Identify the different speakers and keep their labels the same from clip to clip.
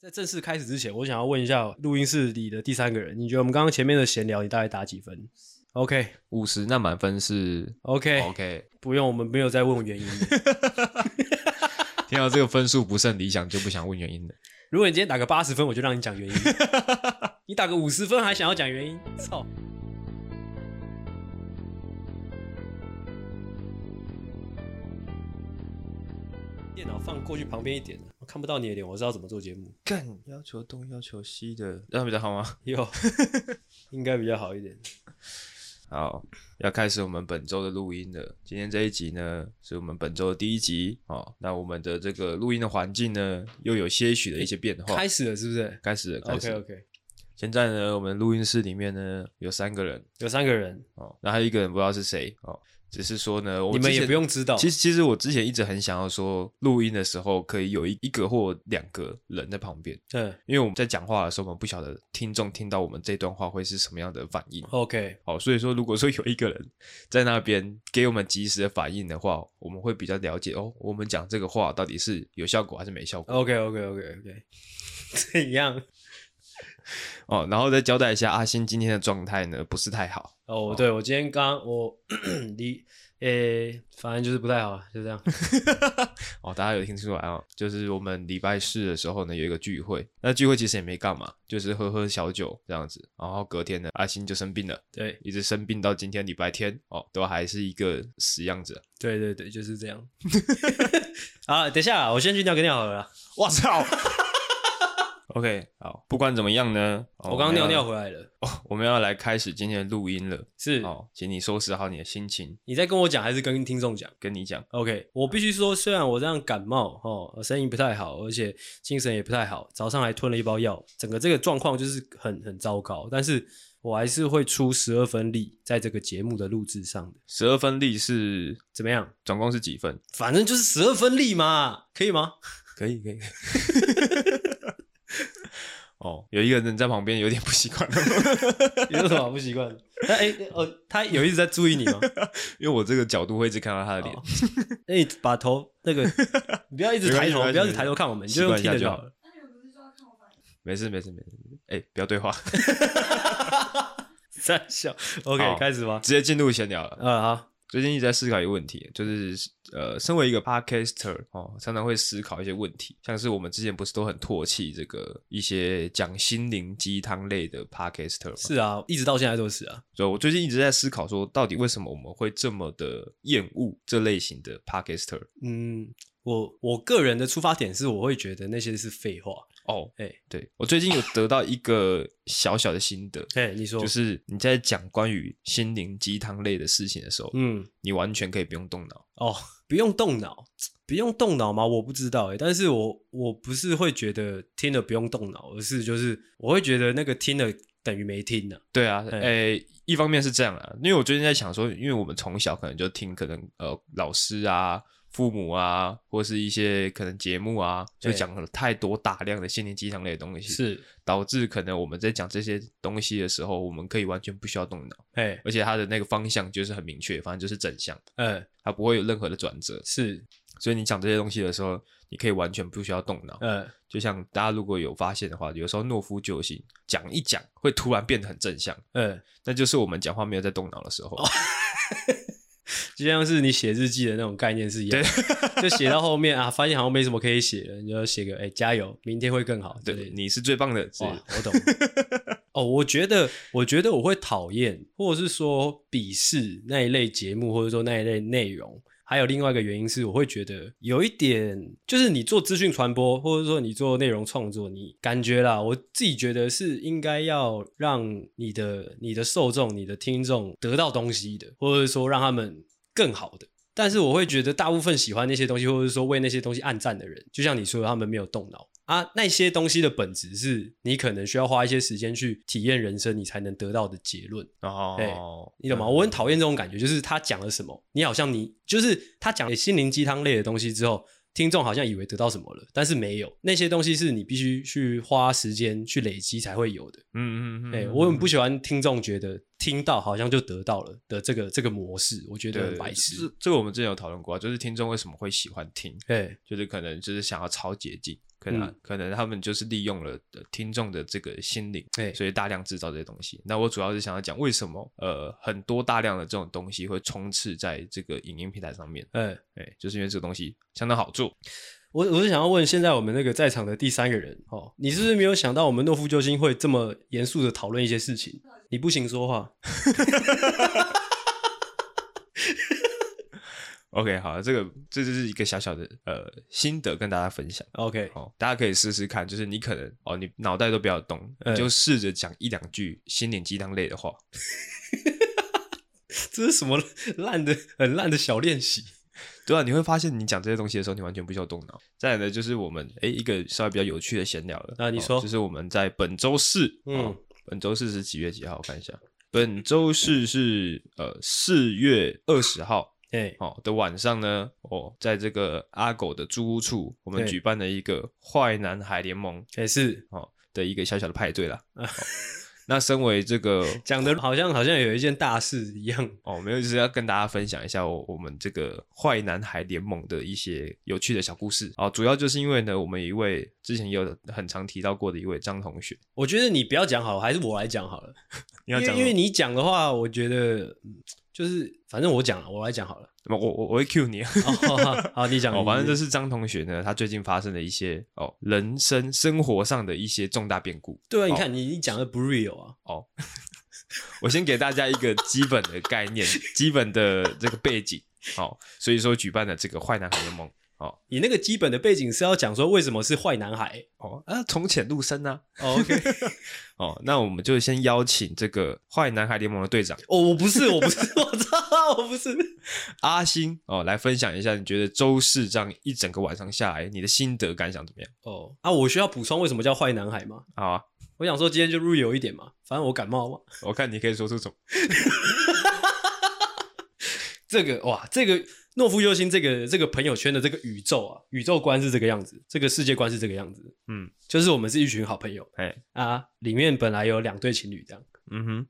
Speaker 1: 在正式开始之前，我想要问一下录音室里的第三个人，你觉得我们刚刚前面的闲聊，你大概打几分？OK
Speaker 2: 五十，那满分是
Speaker 1: OK
Speaker 2: OK。
Speaker 1: 不用，我们没有再问原 因的。
Speaker 2: 听到这个分数不甚理想，就不想问原因了。
Speaker 1: 如果你今天打个八十分，我就让你讲 原因；你打个五十分，还想要讲原因，操！电脑放过去旁边一点，啊我看不到你的脸，我知道怎么做节目。
Speaker 2: 干，要求东要求西的，这样比较好吗？
Speaker 1: 有，应该比较好一点。
Speaker 2: 好，要开始我们本周的录音了。今天这一集呢，是我们本周的第一集哦。那我们的这个录音的环境呢，又有些许的一些变化。
Speaker 1: 开始了是不是
Speaker 2: 开始了，开始
Speaker 1: ？OK
Speaker 2: 了。
Speaker 1: OK，
Speaker 2: 现在呢，我们录音室里面呢有三个人
Speaker 1: 有三个人，
Speaker 2: 哦，那还有一个人不知道是谁哦，只是说呢，我
Speaker 1: 你们也
Speaker 2: 之前
Speaker 1: 不用知道。
Speaker 2: 其实，其实我之前一直很想要说，录音的时候可以有一一个或两个人在旁边，
Speaker 1: 嗯
Speaker 2: 因为我们在讲话的时候，我们不晓得听众听到我们这段话会是什么样的反应。
Speaker 1: ，OK，
Speaker 2: 好，所以说，如果说有一个人在那边给我们及时的反应的话，我们会比较了解哦，我们讲这个话到底是有效果还是没效果
Speaker 1: OK OK OK OK，怎 样？
Speaker 2: 哦。然后再交代一下阿星今天的状态呢，不是太好。
Speaker 1: 哦，对我今天刚我 离诶、反正就是不太好，就这 样。
Speaker 2: 哦，大家有听出来哦？就是我们礼拜四的时候呢，有一个聚会，那聚会其实也没干嘛，就是喝喝小酒这样子。然后隔天呢，阿星就生病了，
Speaker 1: 对
Speaker 2: 一直生病到今天礼拜天，哦，都还是一个死样子。
Speaker 1: 对对对，就是这 样。好，等一下，我先去尿个尿好了啦。
Speaker 2: 我操哦！OK，好，不管怎么样呢，哦
Speaker 1: 我刚刚尿尿
Speaker 2: 我们
Speaker 1: 回来了。
Speaker 2: 要、哦我们要来开始今天的录音了。
Speaker 1: 是，
Speaker 2: 哦，请你收拾好你的心情，
Speaker 1: 你在跟我讲还是跟听众讲
Speaker 2: 跟你讲，
Speaker 1: ？OK，我必须说，虽然我这样感冒哦，声音不太好，而且精神也不太好，早上还吞了一包药，整个这个状况就是很很糟糕。但是我还是会出十二分力在这个节目的录制上的。
Speaker 2: 十二分力是
Speaker 1: 怎么样？
Speaker 2: 总共是几分？
Speaker 1: 反正就是十二分力嘛，可以 吗？
Speaker 2: 可以可以。哦，有一个人在旁边有点不习惯，
Speaker 1: 有什么不习惯的？他 哎、哦，他有一直在注意你吗？
Speaker 2: 因为我这个角度会一直看到他的脸
Speaker 1: 哦。那你把头那个，你不要一直抬头，
Speaker 2: 没关系
Speaker 1: 不要一直抬头看我们，你就用听的就好了。
Speaker 3: 那你们不是说要看我反应？
Speaker 2: 没事没事没事，没事哎、不要对话，
Speaker 1: 三小，OK，
Speaker 2: 好
Speaker 1: 开始吧。
Speaker 2: 直接进入闲聊了。
Speaker 1: 呃，好，
Speaker 2: 最近一直在思考一个问题，就是呃，身为一个 podcaster 哦，常常会思考一些问题，像是我们之前不是都很唾弃这个一些讲心灵鸡汤类的 podcaster 吗？
Speaker 1: 是啊，一直到现在都是啊。
Speaker 2: 所以我最近一直在思考说，到底为什么我们会这么的厌恶这类型的 podcaster？
Speaker 1: 嗯，我我个人的出发点是，我会觉得那些是废话。
Speaker 2: 哦，
Speaker 1: 哎、
Speaker 2: 对我最近有得到一个小小的心得，
Speaker 1: 哎、你 说，
Speaker 2: 就是你在讲关于心灵鸡汤类的事情的时候，
Speaker 1: 嗯，
Speaker 2: 你完全可以不用动脑。
Speaker 1: 哦，不用动脑，不用动脑吗？我不知道哎、但是我我不是会觉得听了不用动脑，而是就是我会觉得那个听了等于没听呢、
Speaker 2: 对啊，
Speaker 1: 哎
Speaker 2: 诶、一方面是这样啊，因为我最近在想说，因为我们从小可能就听可能呃老师啊、父母啊，或是一些可能节目啊，就
Speaker 1: 对
Speaker 2: 讲了太多大量的心灵鸡汤类的东西，
Speaker 1: 是，
Speaker 2: 导致可能我们在讲这些东西的时候，我们可以完全不需要动脑，
Speaker 1: 哎、
Speaker 2: 而且它的那个方向就是很明确，反正就是正向，
Speaker 1: 嗯、
Speaker 2: 它不会有任何的转折。
Speaker 1: 是，
Speaker 2: 所以你讲这些东西的时候，你可以完全不需要动脑。
Speaker 1: 呃，
Speaker 2: 就像大家如果有发现的话，有时候懦夫救星讲一讲，会突然变得很正向，
Speaker 1: 呃，
Speaker 2: 那就是我们讲话没有在动脑的时候。
Speaker 1: 哦就像是你写日记的那种概念是一样的，就写到后面啊，发现好像没什么可以写了，你就写个哎、加油，明天会更好之类
Speaker 2: 对，
Speaker 1: 的。
Speaker 2: 你是最棒的。是
Speaker 1: 哇，我懂。 哦，我觉得，我觉得我会讨厌，或者是说鄙视那一类节目，或者说那一类内容。还有另外一个原因是，我会觉得有一点，就是你做资讯传播，或者说你做内容创作，你感觉啦，我自己觉得是应该要让你的你的受众、你的听众得到东西的，或者说让他们更好的。但是我会觉得大部分喜欢那些东西，或者说为那些东西暗赞的人，就像你说的，他们没有动脑啊。那些东西的本质是你可能需要花一些时间去体验人生，你才能得到的结论，
Speaker 2: 哦，
Speaker 1: 你懂吗？
Speaker 2: 嗯
Speaker 1: 我很讨厌这种感觉，就是他讲了什么，你好像你就是他讲了心灵鸡汤类的东西之后。听众好像以为得到什么了，但是没有。那些东西是你必须去花时间去累积才会有的。
Speaker 2: 嗯嗯嗯，
Speaker 1: 哎、
Speaker 2: 嗯
Speaker 1: 我很不喜欢听众觉得听到好像就得到了的这个这个模式，我觉
Speaker 2: 对
Speaker 1: 得
Speaker 2: 对
Speaker 1: 很白
Speaker 2: 这
Speaker 1: 痴。
Speaker 2: 这个我们之前有讨论过啊，就是听众为什么会喜欢听，
Speaker 1: 哎，
Speaker 2: 就是可能就是想要抄捷径。可能、啊
Speaker 1: 嗯
Speaker 2: 可能他们就是利用了呃听众的这个心灵，
Speaker 1: 对
Speaker 2: 所以大量制造这些东西。那我主要是想要讲为什么呃很多大量的这种东西会充斥在这个影音平台上面，
Speaker 1: 呃，
Speaker 2: 哎，就是因为这个东西相当好做。
Speaker 1: 我我是想要问，现在我们那个在场的第三个人哦，你是不是没有想到我们诺夫救星会这么严肃的讨论一些事情？你不行说话，
Speaker 2: OK，好，这个这就是一个小小的呃心得跟大家分享。
Speaker 1: OK，
Speaker 2: 哦，大家可以试试看，就是你可能哦，你脑袋都不要动，
Speaker 1: 哎
Speaker 2: 你就试着讲一两句心灵鸡汤类的话。
Speaker 1: 这是什么烂的很烂的小练习？
Speaker 2: 对啊，你会发现你讲这些东西的时候，你完全不需要动脑。再来呢，就是我们诶一个稍微比较有趣的闲聊了。
Speaker 1: 啊你
Speaker 2: 哦
Speaker 1: 说
Speaker 2: 就是我们在本周四，
Speaker 1: 嗯
Speaker 2: 哦，本周四是几月几号？我看一下，本周四是呃四月二十号。
Speaker 1: 哎，
Speaker 2: 哦的晚上呢，哦，在这个阿狗的租屋处，我们
Speaker 1: 对
Speaker 2: 举办了一个坏男孩联盟
Speaker 1: 也哎是
Speaker 2: 哦的一个小小的派对 啦。哦那身为这个
Speaker 1: 讲的好像好像有一件大事一样。
Speaker 2: 哦，没有，就是要跟大家分享一下我我们这个坏男孩联盟的一些有趣的小故事啊、主要就是因为呢，我们有一位之前也有很常提到过的一位张同学，
Speaker 1: 我觉得你不要讲好了，还是我来讲好了。
Speaker 2: 你要
Speaker 1: 因
Speaker 2: 讲
Speaker 1: 为因为你讲的话，我觉得嗯就是反正我讲了，我来讲好了。
Speaker 2: 我我我会 cue 你。啊
Speaker 1: 哦，好好好，你讲。
Speaker 2: 哦，反正就是是张同学呢，他最近发生了一些哦人生生活上的一些重大变故。
Speaker 1: 对啊，你
Speaker 2: 哦
Speaker 1: 看你你讲的不 real 啊。
Speaker 2: 哦，我先给大家一个基本的概 念，基本的这个背景。哦，所以说举办了这个坏男孩联盟。哦
Speaker 1: 你那个基本的背景是要讲说为什么是坏男 孩、
Speaker 2: 哦啊，从浅入深啊。
Speaker 1: 哦、？OK，
Speaker 2: 哦，那我们就先邀请这个坏男孩联盟的队长
Speaker 1: 哦，我不是，我不是， 我操，我不是。
Speaker 2: 阿星哦，来分享一下，你觉得周四这样一整个晚上下来，你的心得感想怎么样？
Speaker 1: 哦啊，我需要补充为什么叫坏男孩吗？
Speaker 2: 好啊，
Speaker 1: 我想说今天就 real 一点嘛，反正我感冒嘛。
Speaker 2: 我看你可以说出什么。
Speaker 1: 这个哇，这个诺夫救星这个这个朋友圈的这个宇宙啊，宇宙观是这个样子，这个世界观是这个样子。
Speaker 2: 嗯，
Speaker 1: 就是我们是一群好朋友
Speaker 2: 哎，
Speaker 1: 啊，里面本来有两对情侣这样，
Speaker 2: 嗯哼，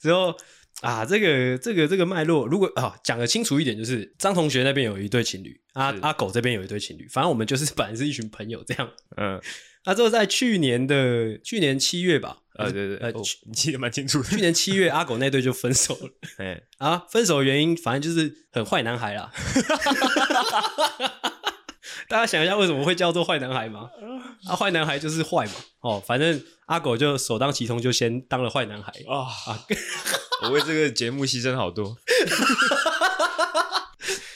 Speaker 1: 之后啊，这个这个这个脉络，如果啊讲的清楚一点，就是张同学那边有一对情侣，啊
Speaker 2: 是
Speaker 1: 阿狗这边有一对情侣，反正我们就是 本来是一群朋友这样。
Speaker 2: 嗯，
Speaker 1: 啊，之后在去年的去年七月吧，
Speaker 2: 呃，对对，
Speaker 1: 呃
Speaker 2: 呃，哦你记得蛮清楚的
Speaker 1: 去。年七月阿狗那对就分手了。
Speaker 2: 哎，
Speaker 1: 啊，分手的原因反正就是很坏男孩啦。 大家想一下，为什么会叫做坏男孩吗？啊，坏男孩就是坏嘛。哦，反正阿狗就首当其冲，就先当了坏男孩。
Speaker 2: 啊，我为这个节目牺牲好多。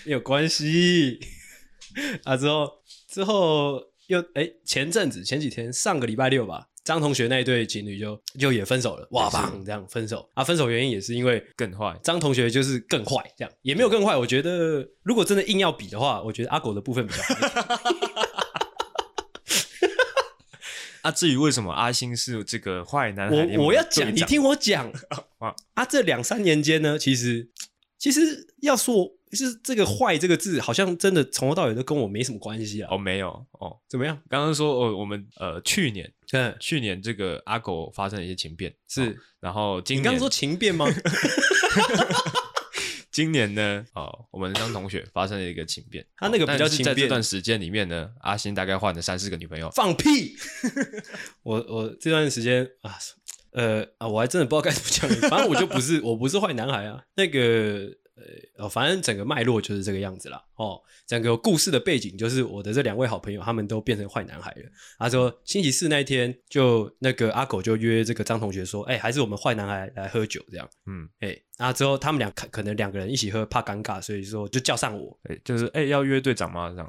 Speaker 1: 没有关系。啊，之后之后又哎、前阵子前几天上个礼拜六吧，张同学那一对情侣就就也分手了，哇
Speaker 2: 也是
Speaker 1: 棒，这样分手啊，分手原因也是因为
Speaker 2: 更坏
Speaker 1: 张同学就是更坏，这样也没有更坏。我觉得如果真的硬要比的话，我觉得阿狗的部分比较 好一点。
Speaker 2: 啊！至于为什么阿星是这个坏男孩联盟的
Speaker 1: 我我要讲，
Speaker 2: 队
Speaker 1: 你
Speaker 2: 长
Speaker 1: 听我讲
Speaker 2: 啊
Speaker 1: 啊！这两三年间呢，其实其实要说，就是这个“坏”这个字，好像真的从头到尾都跟我没什么关系啊
Speaker 2: 哦，。没有哦，
Speaker 1: 怎么样？
Speaker 2: 刚刚说哦，我们呃去年
Speaker 1: 嗯，
Speaker 2: 去年这个阿狗发生了一些情变，
Speaker 1: 是
Speaker 2: 哦然后今
Speaker 1: 你
Speaker 2: 年
Speaker 1: 刚刚说情变吗？
Speaker 2: 今年呢，哦，我们张同学发生了一个情变，
Speaker 1: 他那个
Speaker 2: 哦
Speaker 1: 比较
Speaker 2: 但是
Speaker 1: 情
Speaker 2: 在这
Speaker 1: 变
Speaker 2: 段时间里面呢，阿星大概换了三四个女朋友。
Speaker 1: 放屁！ 我我这段时间啊，呃啊，我还真的不知道该怎么讲。反正我就不是我不是坏男孩啊。那个呃，哦反正整个脉络就是这个样子啦。哦，整个故事的背景就是我的这两位好朋友他们都变成坏男孩了。他说星期四那一天就那个阿狗就约这个张同学说，哎、还是我们坏男孩来喝酒这样。
Speaker 2: 嗯，
Speaker 1: 哎、啊之后他们俩可可能两个人一起喝怕尴尬，所以说就叫上我。
Speaker 2: 哎，就是哎，要约队长吗？这样，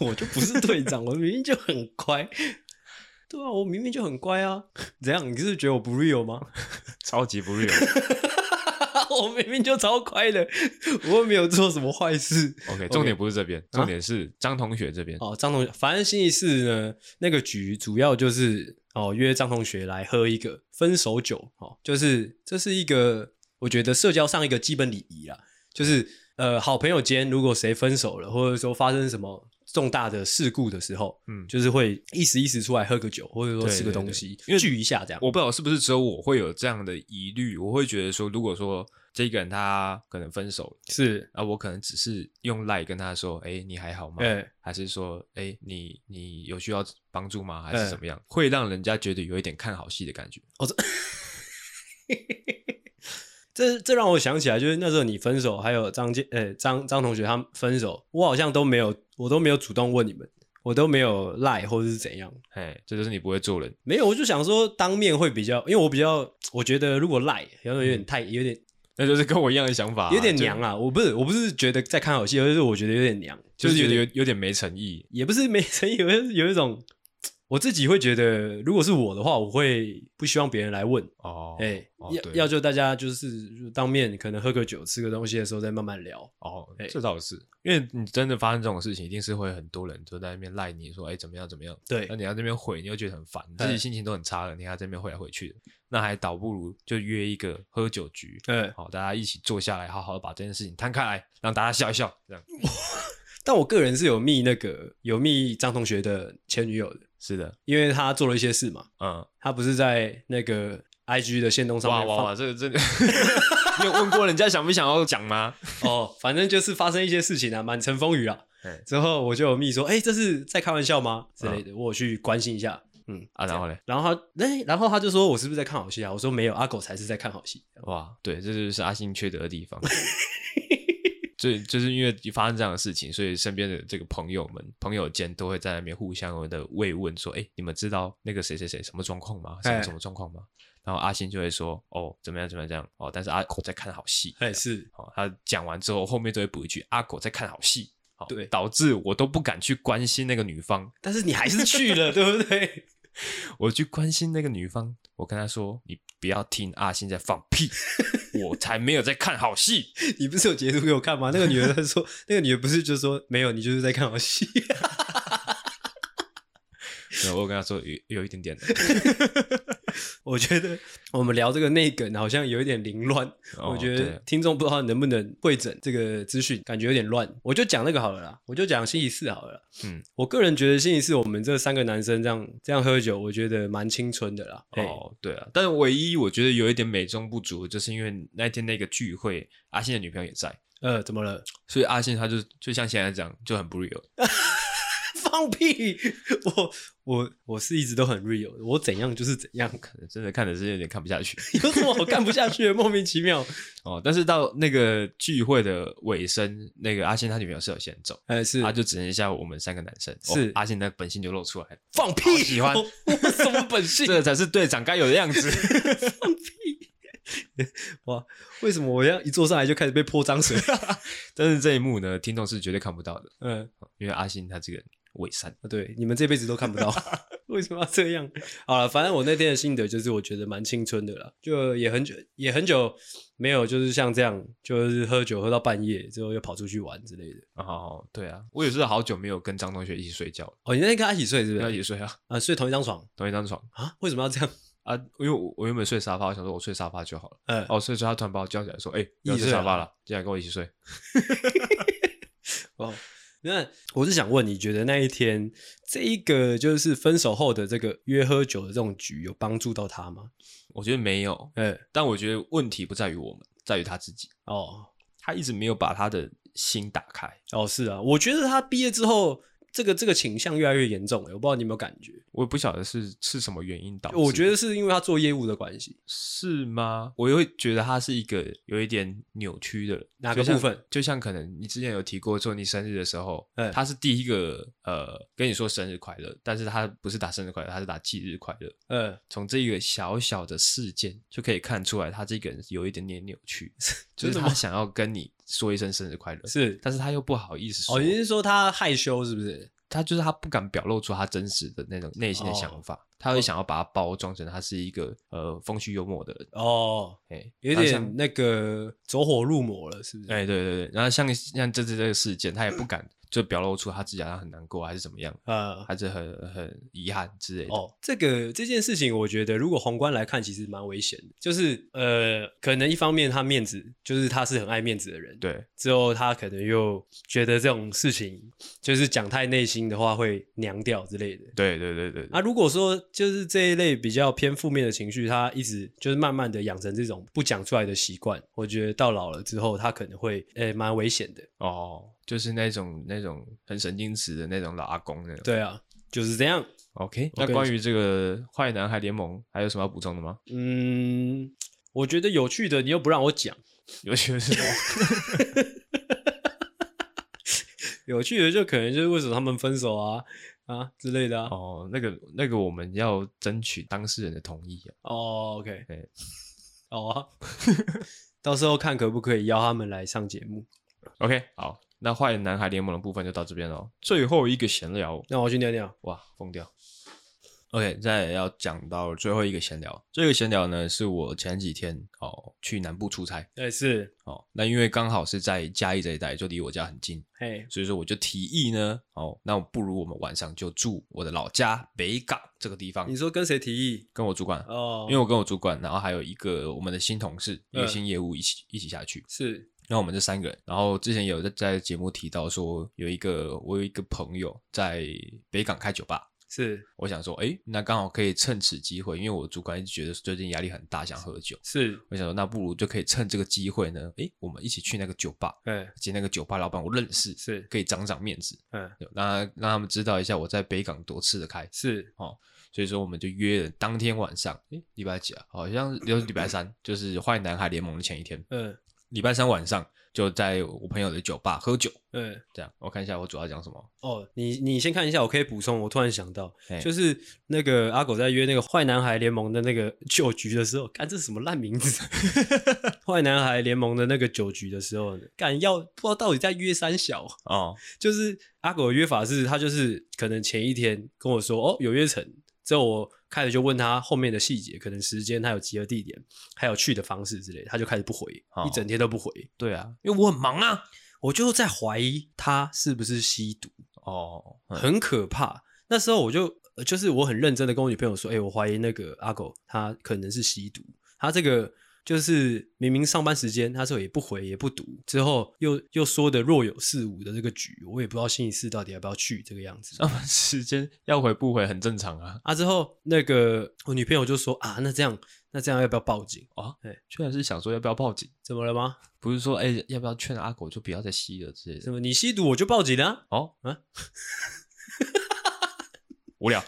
Speaker 1: 我就不是队长，我明明就很乖。对啊，我明明就很乖啊，怎样？你是觉得我不 real 吗？
Speaker 2: 超级不 real。
Speaker 1: 我明明就超乖的，我又没有做什么坏事。
Speaker 2: OK，重点不是这边，重点是张同学这边。
Speaker 1: 啊哦，张同学，反正星期四呢，那个局主要就是哦约张同学来喝一个分手酒，哦，就是这是一个我觉得社交上一个基本礼仪啦，就是呃好朋友间如果谁分手了，或者说发生什么重大的事故的时候，
Speaker 2: 嗯
Speaker 1: 就是会一时一时出来喝个酒，或者说
Speaker 2: 对
Speaker 1: 吃个
Speaker 2: 对
Speaker 1: 东
Speaker 2: 对
Speaker 1: 西，
Speaker 2: 因为
Speaker 1: 聚一下这样。
Speaker 2: 我不知道是不是只有我会有这样的疑虑，我会觉得说，如果说这个人他可能分手了，
Speaker 1: 是，
Speaker 2: 啊，我可能只是用赖跟他说，哎、你还好吗？
Speaker 1: 哎、
Speaker 2: 还是说，哎、你你有需要帮助吗？还
Speaker 1: 哎
Speaker 2: 是怎么样？会让人家觉得有一点看好戏的感觉。
Speaker 1: 这这让我想起来，就是那时候你分手，还有张建，呃，张张同学他们分手，我好像都没有，我都没有主动问你们，我都没有赖或者是怎样，
Speaker 2: 哎，这就是你不会做人。
Speaker 1: 没有，我就想说当面会比较，因为我比较，我觉得如果赖，然后有点太，有点
Speaker 2: 那就是跟我一样的想嗯法啊、
Speaker 1: 有点
Speaker 2: 就
Speaker 1: 娘，啊，我不是，我不是觉得在看好戏，而是我觉得有点娘，就
Speaker 2: 就
Speaker 1: 是是
Speaker 2: 觉
Speaker 1: 有
Speaker 2: 得
Speaker 1: 点，
Speaker 2: 有有点没诚意。
Speaker 1: 也不是没诚意，有一有一种，我自己会觉得，如果是我的话，我会不希望别人来问，
Speaker 2: 哦，
Speaker 1: 哎、
Speaker 2: 哦
Speaker 1: 要
Speaker 2: 对
Speaker 1: 要就大家就是就当面可能喝个酒、吃个东西的时候再慢慢聊，
Speaker 2: 哦
Speaker 1: 哎，
Speaker 2: 这倒是，因为你真的发生这种事情，一定是会很多人都在那边赖你说，哎、怎么样怎么样。
Speaker 1: 对
Speaker 2: 那，你要这边回，你又觉得很烦，你自
Speaker 1: 哎
Speaker 2: 己心情都很差了，你还在这边回来回去的，那还倒不如就约一个喝酒局，
Speaker 1: 嗯，
Speaker 2: 好，大家一起坐下来，好好的把这件事情摊开来，让大家笑一笑，这样。
Speaker 1: 但我个人是有密那个有密张同学的前女友的，
Speaker 2: 是的，
Speaker 1: 因为他做了一些事嘛，
Speaker 2: 嗯，
Speaker 1: 他不是在那个 IG 的线动上
Speaker 2: 哇
Speaker 1: 面
Speaker 2: 哇
Speaker 1: 放
Speaker 2: 哇，这个 真的，你有问过人家想不想要讲吗？
Speaker 1: 哦，反正就是发生一些事情啊，满城风雨啊
Speaker 2: 嗯。
Speaker 1: 之后我就有密说，哎、这是在开玩笑吗？之类的，我有去关心一下。嗯
Speaker 2: 啊，然后嘞，
Speaker 1: 然后他，哎、然后他就说我是不是在看好戏啊？我说没有，阿狗才是在看好戏。
Speaker 2: 哇，对，这就是阿信缺德的地方。 所以就是因为发生这样的事情，所以身边的这个朋友们、朋友间都会在那边互相的慰问，说：“哎、你们知道那个谁谁谁什么状况吗？什
Speaker 1: 哎
Speaker 2: 么什么状况吗？”然后阿信就会说：“哦，怎么样怎么样这样哦。”但是阿狗在看好戏，
Speaker 1: 哎、是
Speaker 2: 哦，他讲完之后，后面都会补一句：“阿狗在看好戏。”好，
Speaker 1: 对
Speaker 2: 导致我都不敢去关心那个女方，
Speaker 1: 但是你还是去了， 对不对？
Speaker 2: 我去关心那个女方，我跟她说：“你不要听阿信在放 屁，我才没有在看好戏。
Speaker 1: 你不是有截图给我看吗？那个女的她说，那个女的不是就说没有，你就是在看好戏。
Speaker 2: 对”我有跟她说有有一点点的，
Speaker 1: 我觉得我们聊这个内梗好像有一点凌乱，
Speaker 2: 哦
Speaker 1: 我觉得
Speaker 2: 对
Speaker 1: 听众不知道能不能会诊这个资讯，感觉有点乱。我就讲那个好了啦，我就讲星期四好了啦。
Speaker 2: 嗯，
Speaker 1: 我个人觉得星期四我们这三个男生这样这样喝酒，我觉得蛮青春的啦。哦，
Speaker 2: 哦，对啊，但是唯一我觉得有一点美中不足，就是因为那天那个聚会，阿信的女朋友也在，
Speaker 1: 呃，怎么了？
Speaker 2: 所以阿信他就就像现在这样，就很不 real。
Speaker 1: 放屁！我我我是一直都很 real，的我怎样就是怎样，
Speaker 2: 可能真的看的是有点看不下去
Speaker 1: 有什么我干不下去的？莫名其妙。
Speaker 2: 哦。但是到那个聚会的尾声，那个阿信他女朋友是有先走，
Speaker 1: 呃，是
Speaker 2: 他啊就只剩下我们三个男生。哦
Speaker 1: 是
Speaker 2: 阿信的本性就露出来了，
Speaker 1: 放屁！
Speaker 2: 喜 欢
Speaker 1: 我我什么本性？
Speaker 2: 这才是队长该有的样子。
Speaker 1: 为什么我要一坐上来就开始被泼脏水？
Speaker 2: 但是这一幕呢，听众是绝对看不到的，
Speaker 1: 嗯，
Speaker 2: 因为阿信他这个人伪善。
Speaker 1: 对，你们这辈子都看 不到，为什么要这样？好了，反正我那天的心得就是，我觉得蛮青春的啦，就也很久也很久没有就是像这样，就是喝酒喝到半夜之后又跑出去玩之类的。
Speaker 2: 哦，对啊，我也是好久没有跟张同学一起睡觉了，
Speaker 1: 哦，你那天跟他一起睡是不
Speaker 2: 跟他
Speaker 1: 是？
Speaker 2: 一起睡啊，
Speaker 1: 啊，睡同一张床
Speaker 2: 同一张床
Speaker 1: 啊？为什么要这样？
Speaker 2: 啊。因为我我原本睡沙发，我想说我睡沙发就好了。
Speaker 1: 呃，
Speaker 2: 哦，所以说他突然把我叫起来说：“哎、不要
Speaker 1: 一起
Speaker 2: 睡
Speaker 1: 睡
Speaker 2: 沙发
Speaker 1: 啊
Speaker 2: 了，进来跟我一起睡。
Speaker 1: 哦，那我是想问，你觉得那一天这一个就是分手后的这个约喝酒的这种局，有帮助到他吗？”
Speaker 2: 我觉得没有，
Speaker 1: 呃，
Speaker 2: 但我觉得问题不在于我们，在于他自己，
Speaker 1: 哦，
Speaker 2: 他一直没有把他的心打开。
Speaker 1: 哦，是啊，我觉得他毕业之后，这个这个倾向越来越严重欸了，我不知道你有没有感觉？
Speaker 2: 我也不晓得是是什么原因导致的，
Speaker 1: 我觉得是因为他做业务的关系，
Speaker 2: 是吗？我也会觉得他是一个有一点扭曲的人，
Speaker 1: 哪个
Speaker 2: 就像
Speaker 1: 部分？
Speaker 2: 就像可能你之前有提过，说你生日的时候，
Speaker 1: 嗯
Speaker 2: 他是第一个呃跟你说生日快乐，但是他不是打生日快乐，他是打忌日快乐。
Speaker 1: 呃，
Speaker 2: 从这个小小的事件就可以看出来，他这个人有一点点扭曲， 就
Speaker 1: 真
Speaker 2: 是
Speaker 1: 的
Speaker 2: 他
Speaker 1: 吗？
Speaker 2: 想要跟你说一声生日快乐，
Speaker 1: 是
Speaker 2: 但是他又不好意思说，
Speaker 1: 哦，你是说他害羞是不是？
Speaker 2: 他就是他不敢表露出他真实的那种内心的
Speaker 1: 哦
Speaker 2: 想法。他会想要把它包装成他是一个呃风趣幽默的人，
Speaker 1: 哦，
Speaker 2: 哎，
Speaker 1: 有
Speaker 2: 然后像
Speaker 1: 点那个走火入魔了，是不是？
Speaker 2: 哎，对对对，然后像像这次这个事件，他也不敢就表露出他自己好像很难过还是怎么样，
Speaker 1: 呃，
Speaker 2: 还是很很遗憾之类的。
Speaker 1: 哦，这个这件事情，我觉得如果宏观来看，其实蛮危险的。就是呃，可能一方面他面子，就是他是很爱面子的人，。
Speaker 2: 对，
Speaker 1: 之后他可能又觉得这种事情就是讲太内心的话会娘掉之类的。
Speaker 2: 对对对对对
Speaker 1: 啊，如果说就是这一类比较偏负面的情绪，他一直就是慢慢的养成这种不讲出来的习惯，我觉得到老了之后，他可能会呃蛮危险的。
Speaker 2: 哦，就是那种那种很神经质的那种老阿公那种。
Speaker 1: 对啊，就是这样。
Speaker 2: ，OK。
Speaker 1: 我
Speaker 2: 那
Speaker 1: 跟
Speaker 2: 关于这个坏男孩联盟还有什么要补充的吗？
Speaker 1: 嗯，我觉得有趣的你又不让我讲，
Speaker 2: 有些是
Speaker 1: 有趣的就可能就是为什么他们分手啊啊之类的啊。哦
Speaker 2: 哦，那个那个我们要争取当事人的同意啊。
Speaker 1: o k
Speaker 2: 对
Speaker 1: 好啊，哦 到时候看可不可以邀他们来上节目。
Speaker 2: OK，好，那坏男孩联盟的部分就到这边喽。最后一个闲聊，
Speaker 1: 那我去尿尿。
Speaker 2: 哇，疯掉。OK，再来要讲到最后一个闲聊，这个闲聊呢是我前几天哦去南部出差
Speaker 1: 哎，是，
Speaker 2: 哦，那因为刚好是在嘉义这一带，就离我家很近，
Speaker 1: 嘿，
Speaker 2: 所以说我就提议呢，哦，那我不如我们晚上就住我的老家北港这个地方
Speaker 1: 你，说跟谁提议？
Speaker 2: 跟我主管，
Speaker 1: 哦，
Speaker 2: 因为我跟我主管，然后还有一个我们的新同事，一个
Speaker 1: 嗯
Speaker 2: 新业务一起一起下去，
Speaker 1: 是，
Speaker 2: 那我们这三个人，然后之前也有在在节目提到说，有一个我有一个朋友在北港开酒吧，
Speaker 1: 是，
Speaker 2: 我想说，诶，那刚好可以趁此机会，因为我主管一直觉得最近压力很大，想喝酒，
Speaker 1: 是，
Speaker 2: 我想说，那不如就可以趁这个机会呢，诶，我们一起去那个酒吧，
Speaker 1: 哎，
Speaker 2: 而且那个酒吧老板我认识，
Speaker 1: 是，
Speaker 2: 可以长长面子，
Speaker 1: 嗯，
Speaker 2: 对让他让他们知道一下我在北港多吃得开。哦
Speaker 1: 是，
Speaker 2: 所以说，我们就约了当天晚上，诶，礼拜几啊？好像就是礼拜三，就是坏男孩联盟的前一天。
Speaker 1: 嗯，
Speaker 2: 礼拜三晚上就在我朋友的酒吧喝酒。
Speaker 1: 嗯。
Speaker 2: 这样，我看一下我主要讲什么。
Speaker 1: 哦，你你先看一下，我可以补充。我突然想到
Speaker 2: 嘿，
Speaker 1: 就是那个阿狗在约那个坏男孩联盟的那个 酒局的时候，干这是什么烂名字？ 坏男孩联盟的那个酒局的时候呢，干要不知道到底在约三小。
Speaker 2: 哦，
Speaker 1: 就是阿狗的约法是，他就是可能前一天跟我说哦有约成，之后我开始就问他后面的细节，可能时间、还有集合地点、还有去的方式之类的，他就开始不回，
Speaker 2: 哦
Speaker 1: 一整天都不回。
Speaker 2: 对啊，因为我很忙啊。
Speaker 1: 我就在怀疑他是不是吸毒，
Speaker 2: 哦，嗯
Speaker 1: 很可怕。那时候我就呃就是我很认真的跟我女朋友说，哎、我怀疑那个阿狗他可能是吸毒，他这个就是明明上班时间，他说也不回也不读，之后又又说的若有似无的这个局，我也不知道星期四到底要不要去这个样子。
Speaker 2: 上班时间要回不回很正常啊。
Speaker 1: 啊，之后那个我女朋友就说啊，那这样那这样要不要报警？
Speaker 2: 居然是想说要不要报警，
Speaker 1: 怎么了吗？
Speaker 2: 不是说哎、要不要劝阿狗就不要再吸了之类
Speaker 1: 什
Speaker 2: 的。
Speaker 1: 么你吸毒我就报警啊？
Speaker 2: 哦，
Speaker 1: 啊，
Speaker 2: 无聊。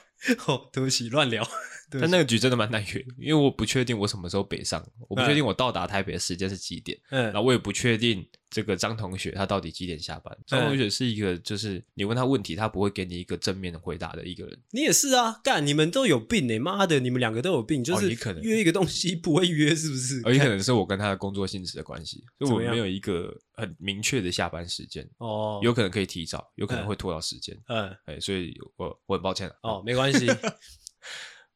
Speaker 1: 哦，对不起，乱聊。 对不起
Speaker 2: 但那个局真的蛮难约，因为我不确定我什么时候北上，我不确定我到达台北的时间是几点，
Speaker 1: 嗯
Speaker 2: 然后我也不确定这个张同学他到底几点下班。张同学是一个就是你问他问题，他不会给你一个正面的回答的一个人。
Speaker 1: 你也是啊，干你们都有病哎、妈的，你们两个都有病，就
Speaker 2: 你
Speaker 1: 是
Speaker 2: 哦可能哎
Speaker 1: 约一个东西不会约，是不是？
Speaker 2: 而且可能是我跟他的工作性质的关系，所以
Speaker 1: 怎
Speaker 2: 我
Speaker 1: 么样
Speaker 2: 没有一个很明确的下班时间，
Speaker 1: 哦，
Speaker 2: 有可能可以提早，有可能会拖到时间，
Speaker 1: 嗯
Speaker 2: 哎，所以我我很抱歉了。啊
Speaker 1: 哦，没 关系，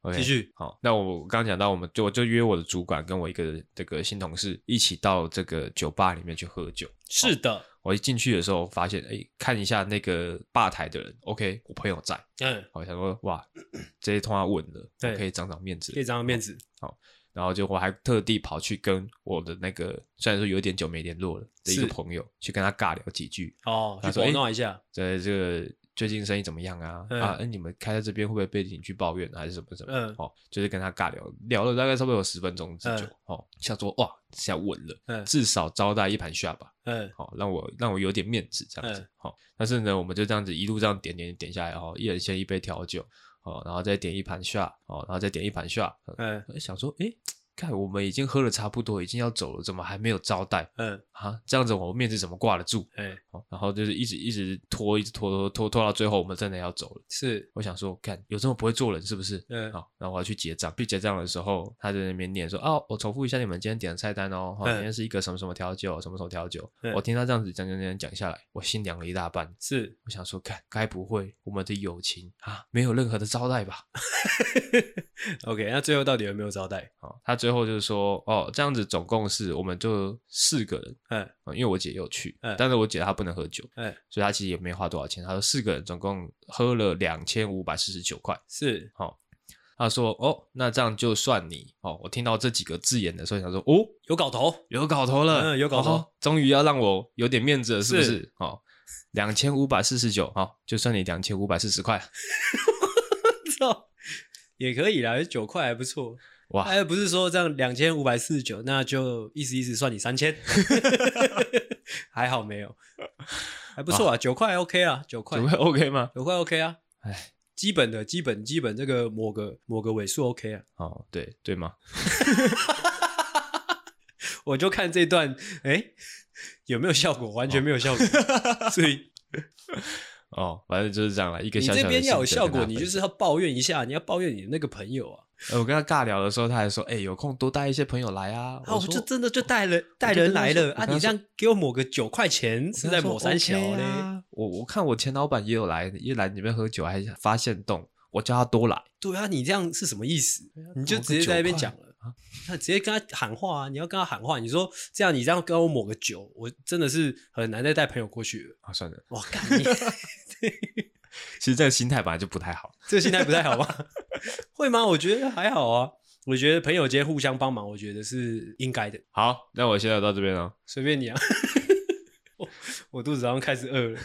Speaker 2: ，OK，
Speaker 1: 继续
Speaker 2: 好，那我刚刚讲到，我们就我就约我的主管跟我一个这个新同事一起到这个酒吧里面去喝酒。
Speaker 1: 是的，
Speaker 2: 我一进去的时候发现，哎，看一下那个吧台的人，OK，我朋友在，
Speaker 1: 嗯，
Speaker 2: 我想说，哇，这些通话问了，
Speaker 1: 对
Speaker 2: 我可以长长面子
Speaker 1: 可，以长长面子，
Speaker 2: 然后就我还特地跑去跟我的那个虽然说有点久没联络了的一个
Speaker 1: 是
Speaker 2: 朋友去跟他尬聊几句，
Speaker 1: 哦，
Speaker 2: 他
Speaker 1: 去
Speaker 2: 说
Speaker 1: 广
Speaker 2: 哎
Speaker 1: 告一下，
Speaker 2: 这这个最近生意怎么样啊？
Speaker 1: 嗯
Speaker 2: 啊，哎，你们开在这边会不会被邻居抱怨啊还是什么什么？
Speaker 1: 嗯
Speaker 2: 哦，就是跟他尬聊，聊了大概差不多有十分钟之久。
Speaker 1: 嗯
Speaker 2: 哦，想说哇，现在稳了，
Speaker 1: 嗯
Speaker 2: 至少招待一盘下吧。
Speaker 1: 嗯
Speaker 2: 好、让我让我有点面子这样子。好、但是呢，我们就这样子一路这样点点点下来，哦，一人先一杯调酒，哦，然后再点一盘下，哦，然后再点一盘下，
Speaker 1: 嗯，
Speaker 2: 呃想说，诶，看我们已经喝的差不多，已经要走了，怎么还没有招待
Speaker 1: 嗯，
Speaker 2: 啊？这样子我们面子怎么挂得住？
Speaker 1: 哎、
Speaker 2: 哦然后就是一直一直拖，一直拖拖拖拖到最后，我们真的要走了。
Speaker 1: 是，
Speaker 2: 我想说，看有这么不会做人是不是？
Speaker 1: 嗯
Speaker 2: 好，然后我要去结账。去结账的时候，他在那边念说：“哦，我重复一下你们今天点的菜单哦，哦
Speaker 1: 嗯
Speaker 2: 今天是一个什么什么调酒，什么什么调酒。
Speaker 1: 嗯
Speaker 2: 我听他这样子讲讲讲讲下来，我心凉了一大半。
Speaker 1: 是，
Speaker 2: 我想说，看该不会我们的友情啊没有任何的招待吧？
Speaker 1: OK，那最后到底有没有招待？
Speaker 2: 哦，他最后就是说，哦，这样子总共是我们就四个人，
Speaker 1: 嗯
Speaker 2: 啊因为我姐也有去，
Speaker 1: 嗯
Speaker 2: 但是我姐她不能喝酒，
Speaker 1: 嗯，
Speaker 2: 所以她其实也没花多少钱。她说四个人总共喝了两千五百四十九块。
Speaker 1: 是，
Speaker 2: 好、她说哦，那这样就算你哦。我听到这几个字眼的时候，想说哦，
Speaker 1: 有搞头，
Speaker 2: 有搞头了，
Speaker 1: 嗯有搞头
Speaker 2: 哦终于要让我有点面子了，是不是？
Speaker 1: 是
Speaker 2: 哦，两千五百四十九，好，就算你两千五百四十块，
Speaker 1: 操，也可以啦，九块还不错。
Speaker 2: 哇，
Speaker 1: 哎，不是说这样两千五百四十九，那就意思意思算你三 千，还好没有，还不错啊，九块 OK 啊，九块
Speaker 2: 怎么会 OK 吗？
Speaker 1: 九块 OK 啊，
Speaker 2: 哎，
Speaker 1: 基本的基本基本这个某个某个尾数 OK 啊，
Speaker 2: 哦，对对吗？
Speaker 1: 我就看这段哎有没有效果，完全没有效果， 所以
Speaker 2: 哦，反正就是这样了，一个
Speaker 1: 你
Speaker 2: 小小的
Speaker 1: 这边要有
Speaker 2: 心得
Speaker 1: 效
Speaker 2: 跟大
Speaker 1: 果，
Speaker 2: 家
Speaker 1: 你
Speaker 2: 分
Speaker 1: 就
Speaker 2: 享
Speaker 1: 是要抱怨一下，你要抱怨你的那个朋友啊，
Speaker 2: 呃，我跟他尬聊的时候，他还说：“哎、有空多带一些朋友来啊。
Speaker 1: 啊，我
Speaker 2: 说
Speaker 1: 就真的就带了带
Speaker 2: 我就
Speaker 1: 人
Speaker 2: 跟他
Speaker 1: 来
Speaker 2: 说
Speaker 1: 了
Speaker 2: 我
Speaker 1: 啊，
Speaker 2: 跟他
Speaker 1: 你这
Speaker 2: 说
Speaker 1: 样给我抹个九块钱
Speaker 2: 我
Speaker 1: 是
Speaker 2: 跟
Speaker 1: 在
Speaker 2: 他说
Speaker 1: 抹三小
Speaker 2: OK
Speaker 1: 嘞，
Speaker 2: 啊我我看我前老板也有来，也来你们喝酒，还发现洞，我叫他多来。
Speaker 1: 对啊，你这样是什么意思？你就
Speaker 2: 抹个
Speaker 1: 直接在那边
Speaker 2: 9块
Speaker 1: 讲了。 那直接跟他喊话啊！你要跟他喊话，你说这样，你这样跟我抹个酒，我真的是很难再带朋友过去了。
Speaker 2: 啊，算了，
Speaker 1: 我干你！
Speaker 2: 其实这个心态本来就不太好。
Speaker 1: 这个心态不太好吧？ 会吗？我觉得还好啊。我觉得朋友间互相帮忙，我觉得是应该的。
Speaker 2: 好，那我现在到这边了。
Speaker 1: 随便你啊。 我我肚子好像开始饿了。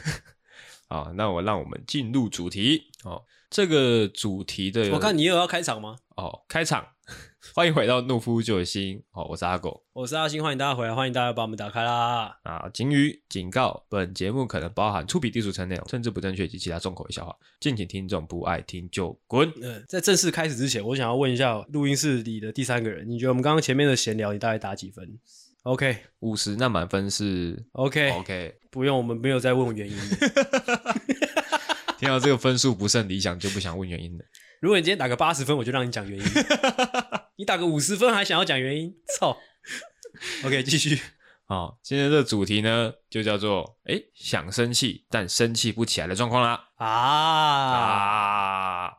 Speaker 2: 好，那我让我们进入主题。哦，这个主题的，
Speaker 1: 我看你有要开场吗？
Speaker 2: 哦，开场， 欢迎回到怒夫救星。哦，我是阿狗。
Speaker 1: 我是阿星，欢迎大家回来，欢迎大家把我们打开啦。
Speaker 2: 啊，警语警告：本节目可能包含粗鄙低俗成内容、政治不正确及其他重口味笑话，敬请听众不爱听就滚。
Speaker 1: 嗯，在正式开始之前，我想要问一下录音室里的第三个人，你觉得我们刚刚前面的闲聊，你大概打几分？OK
Speaker 2: 五十那满分是
Speaker 1: OK，,
Speaker 2: OK，
Speaker 1: 不用，我们没有再问原因 了。
Speaker 2: 听到这个分数不甚理想，就不想问原因了。
Speaker 1: 如果你今天打个八十分，我就让你讲原因；你打个五十分还想要讲原因，操！OK，继续。
Speaker 2: 哦，今天这主题呢，就叫做哎想生气但生气不起来的状况啦。
Speaker 1: 啊，
Speaker 2: 啊，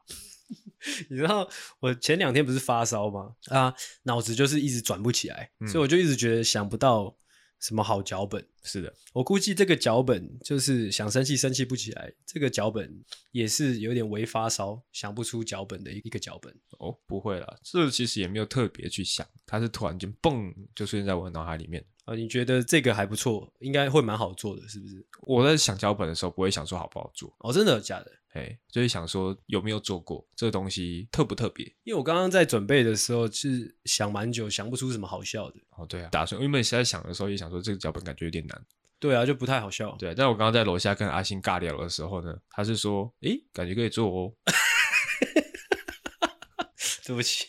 Speaker 1: 你知道我前两天不是发烧吗？啊，脑子就是一直转不起来，
Speaker 2: 嗯
Speaker 1: 所以我就一直觉得想不到什么好脚本。
Speaker 2: 是的，
Speaker 1: 我估计这个脚本就是想生气生气不起来，这个脚本也是有点微发烧，想不出脚本的一个脚本。
Speaker 2: 哦，不会啦，这其实也没有特别去想，它是突然间蹦就出现在我的脑海里面。
Speaker 1: 啊，你觉得这个还不错，应该会蛮好做的，是不是？
Speaker 2: 我在想脚本的时候，不会想说好不好做，
Speaker 1: 哦，真的假的？
Speaker 2: 哎，就是想说有没有做过这个东西特不特别。
Speaker 1: 因为我刚刚在准备的时候是想蛮久，想不出什么好笑的。
Speaker 2: 哦，对啊，打算原本实在想的时候也想说这个脚本感觉有点难，
Speaker 1: 对啊，就不太好笑。
Speaker 2: 对啊。但我刚刚在楼下跟阿星尬聊的时候呢，他是说，诶，感觉可以做哦，
Speaker 1: 对不起，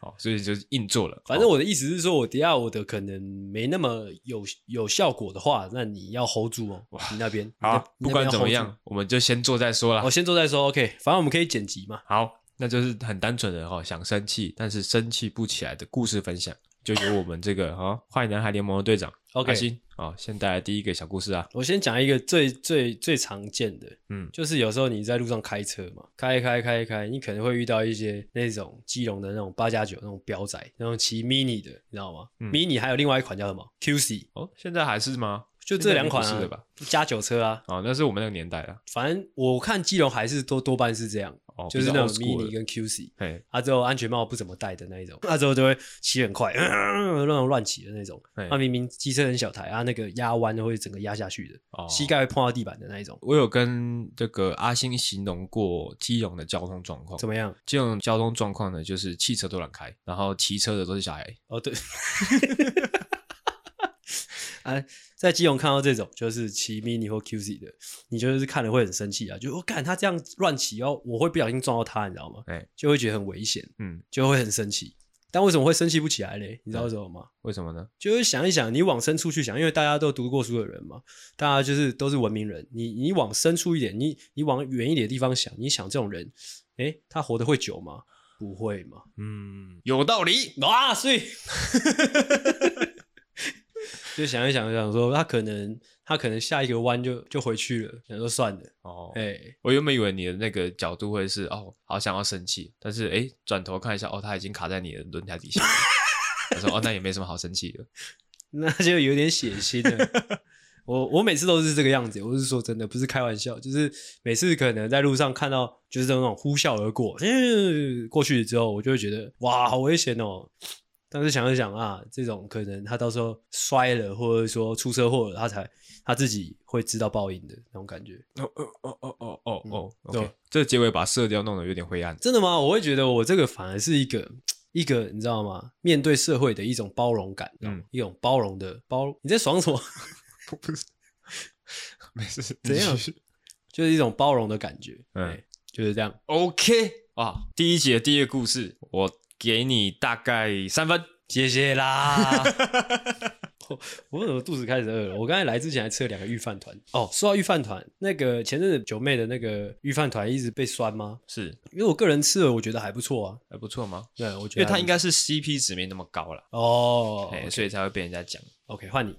Speaker 2: 好，哦所以就是硬做了。哦
Speaker 1: 反正
Speaker 2: 我
Speaker 1: 我的意思是说，我底下我的可能没那么有有效果的话，那你要 hold 住哦，你那边
Speaker 2: 好，啊
Speaker 1: 你那你
Speaker 2: 不
Speaker 1: 那边
Speaker 2: 管
Speaker 1: 要哦
Speaker 2: 怎么
Speaker 1: hold 住
Speaker 2: 样，我们就先做再说啦。
Speaker 1: 我先做再说。OK，反正我们可以剪辑嘛。
Speaker 2: 好，那就是很单纯的哈、哦，想生气但是生气不起来的故事分享，就由我们这个哈、哦、坏男孩联盟的队长
Speaker 1: OK
Speaker 2: 阿星哦，先带来第一个小故事啊。
Speaker 1: 我先讲一个最最最常见的，
Speaker 2: 嗯，
Speaker 1: 就是有时候你在路上开车嘛，开一开开一开，你可能会遇到一些那种基隆的那种八加九那种彪仔，那种骑 mini 的，你知道吗、
Speaker 2: 嗯
Speaker 1: m i n i 还有另外一款叫什么 QC，
Speaker 2: 哦，现在还是吗？
Speaker 1: 就这两款
Speaker 2: 现在
Speaker 1: 啊
Speaker 2: 已经不是了吧？
Speaker 1: 加九车啊，
Speaker 2: 哦，那是我们那个年代了。
Speaker 1: 反正我看基隆还是多多半是这样，
Speaker 2: 哦，
Speaker 1: 就是那种 mini
Speaker 2: 迷
Speaker 1: 跟 QC，
Speaker 2: 哎
Speaker 1: 啊之后安全帽不怎么戴的那一种，啊之后就会骑很快，那种乱骑的那种，
Speaker 2: 哎
Speaker 1: 啊明明机车很小台，啊那个压弯会整个压下去的，
Speaker 2: 哦
Speaker 1: 膝。盖会碰到地板的那一种，
Speaker 2: 我有跟这个阿星形容过基隆的交通状况。
Speaker 1: 怎么样？
Speaker 2: 基隆交通状况呢？就是汽车都乱开，然后骑车的都是小孩。
Speaker 1: 哦，对。 啊，在基隆看到这种就是骑 mini 或 QC 的，你就是看了会很生气啊！就我干、他这样乱骑哦，我会不小心撞到他，你知道吗？
Speaker 2: 哎
Speaker 1: 就会觉得很危险，
Speaker 2: 嗯，
Speaker 1: 就会很生气。但为什么会生气不起来嘞？你知道为什么吗？
Speaker 2: 为什么呢？
Speaker 1: 就是想一想，你往深处去想，因为大家都读过书的人嘛，大家就是都是文明人。你你往深处一点，你你往远一点的地方想，你想这种人，诶，他活得会久吗？不会嘛？
Speaker 2: 嗯，有道理。
Speaker 1: 啊，所以 就想一想，想说他可能他可能下一个弯就就回去了，想说算了，
Speaker 2: 哦，
Speaker 1: 哎、
Speaker 2: 我原本以为你的那个角度会是哦，好想要生气，但是哎，转头看一下，哦，他已经卡在你的轮胎底下了。我说哦，那也没什么好生气的。
Speaker 1: 那就有点血腥了。我我每次都是这个样子，我是说真的，不是开玩笑，就是每次可能在路上看到就是这种呼啸而过，嗯，过去之后我就会觉得哇，好危险哦。但是想一想啊，这种可能他到时候摔了，或者说出车祸了，他才他自己会知道报应的那种感觉。
Speaker 2: 哦哦哦哦哦哦哦
Speaker 1: 对
Speaker 2: ，OK，这个结尾把色调弄得有点灰暗。
Speaker 1: 真的吗？我会觉得我这个反而是一个一个，你知道吗？面对社会的一种包容感，嗯
Speaker 2: 嗯，
Speaker 1: 一种包容的包。你在爽什么？
Speaker 2: 没事，
Speaker 1: 怎样
Speaker 2: 你继续
Speaker 1: 就是一种包容的感觉，
Speaker 2: 嗯
Speaker 1: 嗯，就是这样。
Speaker 2: ？OK 啊，第一节第一个故事，我给你大概三分。
Speaker 1: 谢谢 啦。我我怎么肚子开始饿了？我刚才来之前还吃了两个御饭团。哦，说到御饭团，那个前阵子九妹的那个御饭团一直被酸吗？
Speaker 2: 是
Speaker 1: 因为我个人吃了，我觉得还不错啊。
Speaker 2: 还不错吗？
Speaker 1: 对，我觉得
Speaker 2: 因为它应
Speaker 1: 该
Speaker 2: 该是 CP 值没那么高啦，
Speaker 1: 哦。
Speaker 2: 哎、所以才会被人家讲。
Speaker 1: OK，换你。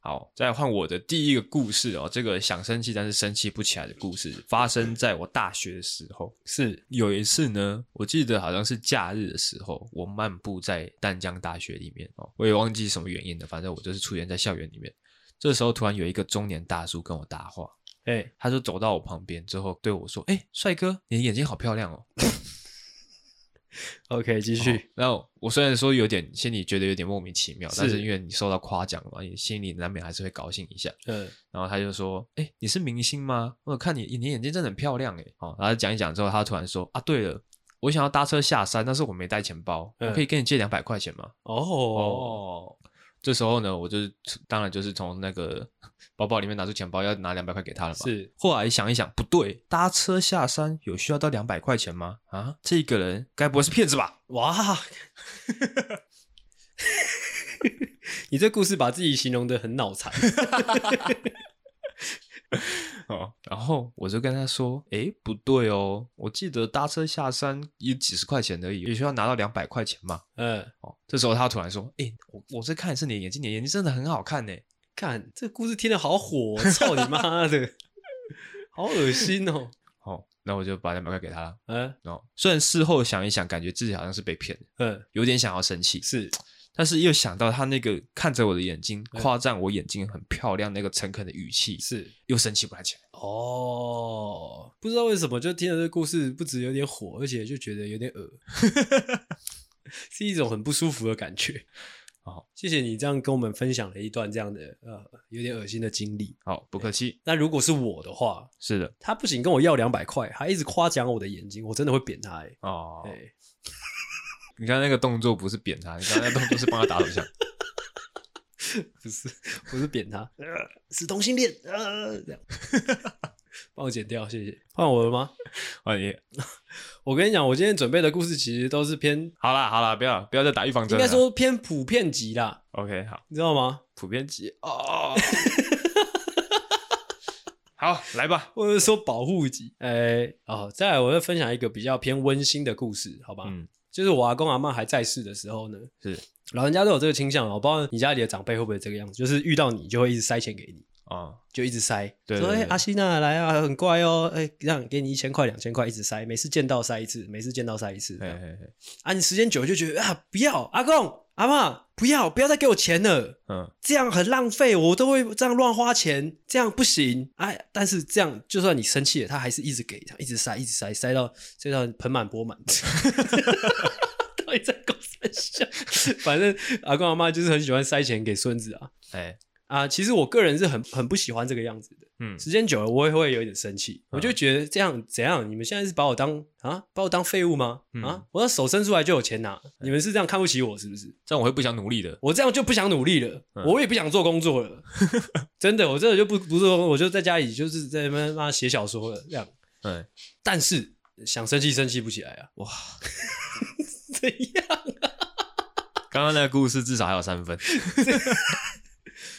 Speaker 2: 好，再换我的第一个故事哦，这个想生气但是生气不起来的故事，发生在我大学的时候。
Speaker 1: 是
Speaker 2: 有一次呢，我记得好像是假日的时候，我漫步在淡江大学里面哦，我也忘记什么原因了，反正我就是出现在校园里面。这时候突然有一个中年大叔跟我搭话，
Speaker 1: 哎、
Speaker 2: 他就走到我旁边之后对我说：“哎、帅哥，你的眼睛好漂亮哦。
Speaker 1: o k 继续。
Speaker 2: 哦那我虽然说有点心里觉得有点莫名其妙，但
Speaker 1: 是
Speaker 2: 是因为你受到夸奖了嘛，你心里难免还是会高兴一下。
Speaker 1: 嗯，
Speaker 2: 然后他就说：“哎、你是明星吗？我有看你你眼睛真的很漂亮哎。”哦，然后讲一讲之后，他突然说：“啊，对了，我想要搭车下山，但是我没带钱包，
Speaker 1: 嗯
Speaker 2: 我可以跟你借两百块钱吗？”
Speaker 1: 哦，
Speaker 2: 哦，这时候呢，我就是当然就是从那个包包里面拿出钱包，要拿两百块给他了嘛。
Speaker 1: 是
Speaker 2: 后来想一想，不对，搭车下山有需要到两百块钱吗？啊，这个人该不会是骗子吧？
Speaker 1: 哇！你这故事把自己形容的很脑残，
Speaker 2: 哦，然后我就跟他说，诶，不对哦，我记得搭车下山也几十块钱而已，有需要拿到两百块钱吗？
Speaker 1: 嗯，
Speaker 2: 哦，这时候他突然说，诶，我我在看的是你的眼睛，你的眼睛真的很好看呢。
Speaker 1: 看这故事听得好火哦、操你妈的， 好恶心哦！
Speaker 2: 哦，那我就把两百块给他了。
Speaker 1: 嗯
Speaker 2: 哦，虽然事后想一想，感觉自己好像是被骗的，
Speaker 1: 嗯，
Speaker 2: 有点想要生气，
Speaker 1: 是
Speaker 2: 但是又想到他那个看着我的眼睛，夸赞我眼睛很漂亮那个诚恳的语气，
Speaker 1: 是
Speaker 2: 又生气不来起来。
Speaker 1: 哦，不知道为什么就听了这故事，不止有点火，而且就觉得有点恶， 是一种很不舒服的感觉。
Speaker 2: 哦，
Speaker 1: 谢谢你这样跟我们分享了一段这样的呃有点恶心的经历。
Speaker 2: 好，哦不客气。
Speaker 1: 那如果是我的话，
Speaker 2: 是的，
Speaker 1: 他不仅跟我要两百块，还一直夸奖我的眼睛，我真的会扁他哎、欸。
Speaker 2: 哦
Speaker 1: 哎、
Speaker 2: 你刚才那个动作不是扁他，你刚才那动作是帮他打手枪。
Speaker 1: 不是， 不是扁他，呃、是同性恋，呃，这样，帮我剪掉，谢谢。换我了吗？
Speaker 2: 啊，你
Speaker 1: 我跟你讲，我今天准备的故事其实都是偏，
Speaker 2: 好啦好啦，不要不要再打预防针
Speaker 1: 应
Speaker 2: 了。
Speaker 1: 该说偏普遍级啦，
Speaker 2: OK，好，
Speaker 1: 你知道吗？
Speaker 2: 普遍级哦。 好，来吧。
Speaker 1: 或者说保护级，哎、哦，再来我再分享一个比较偏温馨的故事，好吧？
Speaker 2: 嗯，
Speaker 1: 就是我阿公阿嬷还在世的时候呢，
Speaker 2: 是
Speaker 1: 老人家都有这个倾向，我不知道你家里的长辈会不会这个样子，就是遇到你就会一直塞钱给你。
Speaker 2: 哦，
Speaker 1: 就一直塞，
Speaker 2: 对
Speaker 1: 说
Speaker 2: 对
Speaker 1: 哎、
Speaker 2: 对
Speaker 1: 阿西娜来啊，很乖哦，哎、让给你一千块两千块，一直塞，每次见到塞一次，每次见到塞一次，这
Speaker 2: 嘿
Speaker 1: 样
Speaker 2: 嘿嘿，
Speaker 1: 啊，你时间久了就觉得啊，不要，阿公阿嬷，不要不要再给我钱了，
Speaker 2: 嗯，
Speaker 1: 这样很浪费，我都会这样乱花钱，这样不行，哎，但是这样就算你生气了，他还是一直给，他一直塞，一直塞，塞到塞到盆满钵满。 到底在搞三笑？反正阿公阿妈就是很喜欢塞钱给孙子啊
Speaker 2: 哎，
Speaker 1: 啊！其实我个人是很很不喜欢这个样子的。
Speaker 2: 嗯，
Speaker 1: 时间久了，我也会有一点生气，我就觉得这样怎样？你们现在是把我当啊，把我当废物吗？
Speaker 2: 嗯
Speaker 1: 啊，我要手伸出来就有钱拿，你们是这样看不起我是不是？
Speaker 2: 这样我会不想努力的。
Speaker 1: 我这样就不想努力了，
Speaker 2: 嗯
Speaker 1: 我也不想做工作了， 真的，我真的就不不做工作，我就在家里就是在那边妈写小说了这样。
Speaker 2: 嗯，
Speaker 1: 但是想生气生气不起来啊，
Speaker 2: 哇，
Speaker 1: 怎样啊？
Speaker 2: 刚刚那个故事至少还有三 分，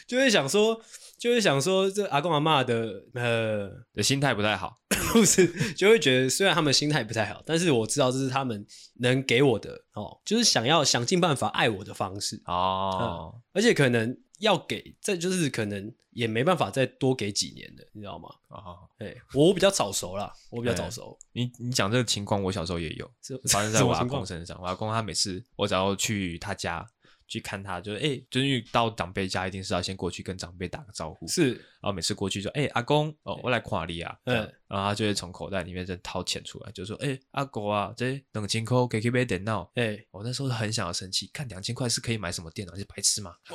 Speaker 1: 就会想说，就会想说，这阿公阿嬷的呃
Speaker 2: 的心态不太好。
Speaker 1: 故事，就会觉得虽然他们心态不太好，但是我知道这是他们能给我的哦，就是想要想尽办法爱我的方式，
Speaker 2: 哦，
Speaker 1: 而且可能要给，这就是可能也没办法再多给几年的，你知道吗？
Speaker 2: 哦，
Speaker 1: 哎，我比较早熟啦，我比较早熟，
Speaker 2: 你你讲这个情况，我小时候也 有，
Speaker 1: 是
Speaker 2: 发生在
Speaker 1: 什
Speaker 2: 我
Speaker 1: 么
Speaker 2: 阿
Speaker 1: 情
Speaker 2: 公
Speaker 1: 况？
Speaker 2: 身上。我阿公他每次我只要去他家去看他，就是哎、欸就是因为到长辈家一定是要先过去跟长辈打个招呼，
Speaker 1: 是
Speaker 2: 然后每次过去就哎、欸阿公哦，我来看你啊，嗯
Speaker 1: 嗯，
Speaker 2: 然后他就会从口袋里面再掏钱出来，就说哎、欸阿狗啊，这两千块给去买电脑。
Speaker 1: 哎，
Speaker 2: 我那时候很想要生气，看两千块是可以买什么电脑？你是白痴吗？
Speaker 1: 哦，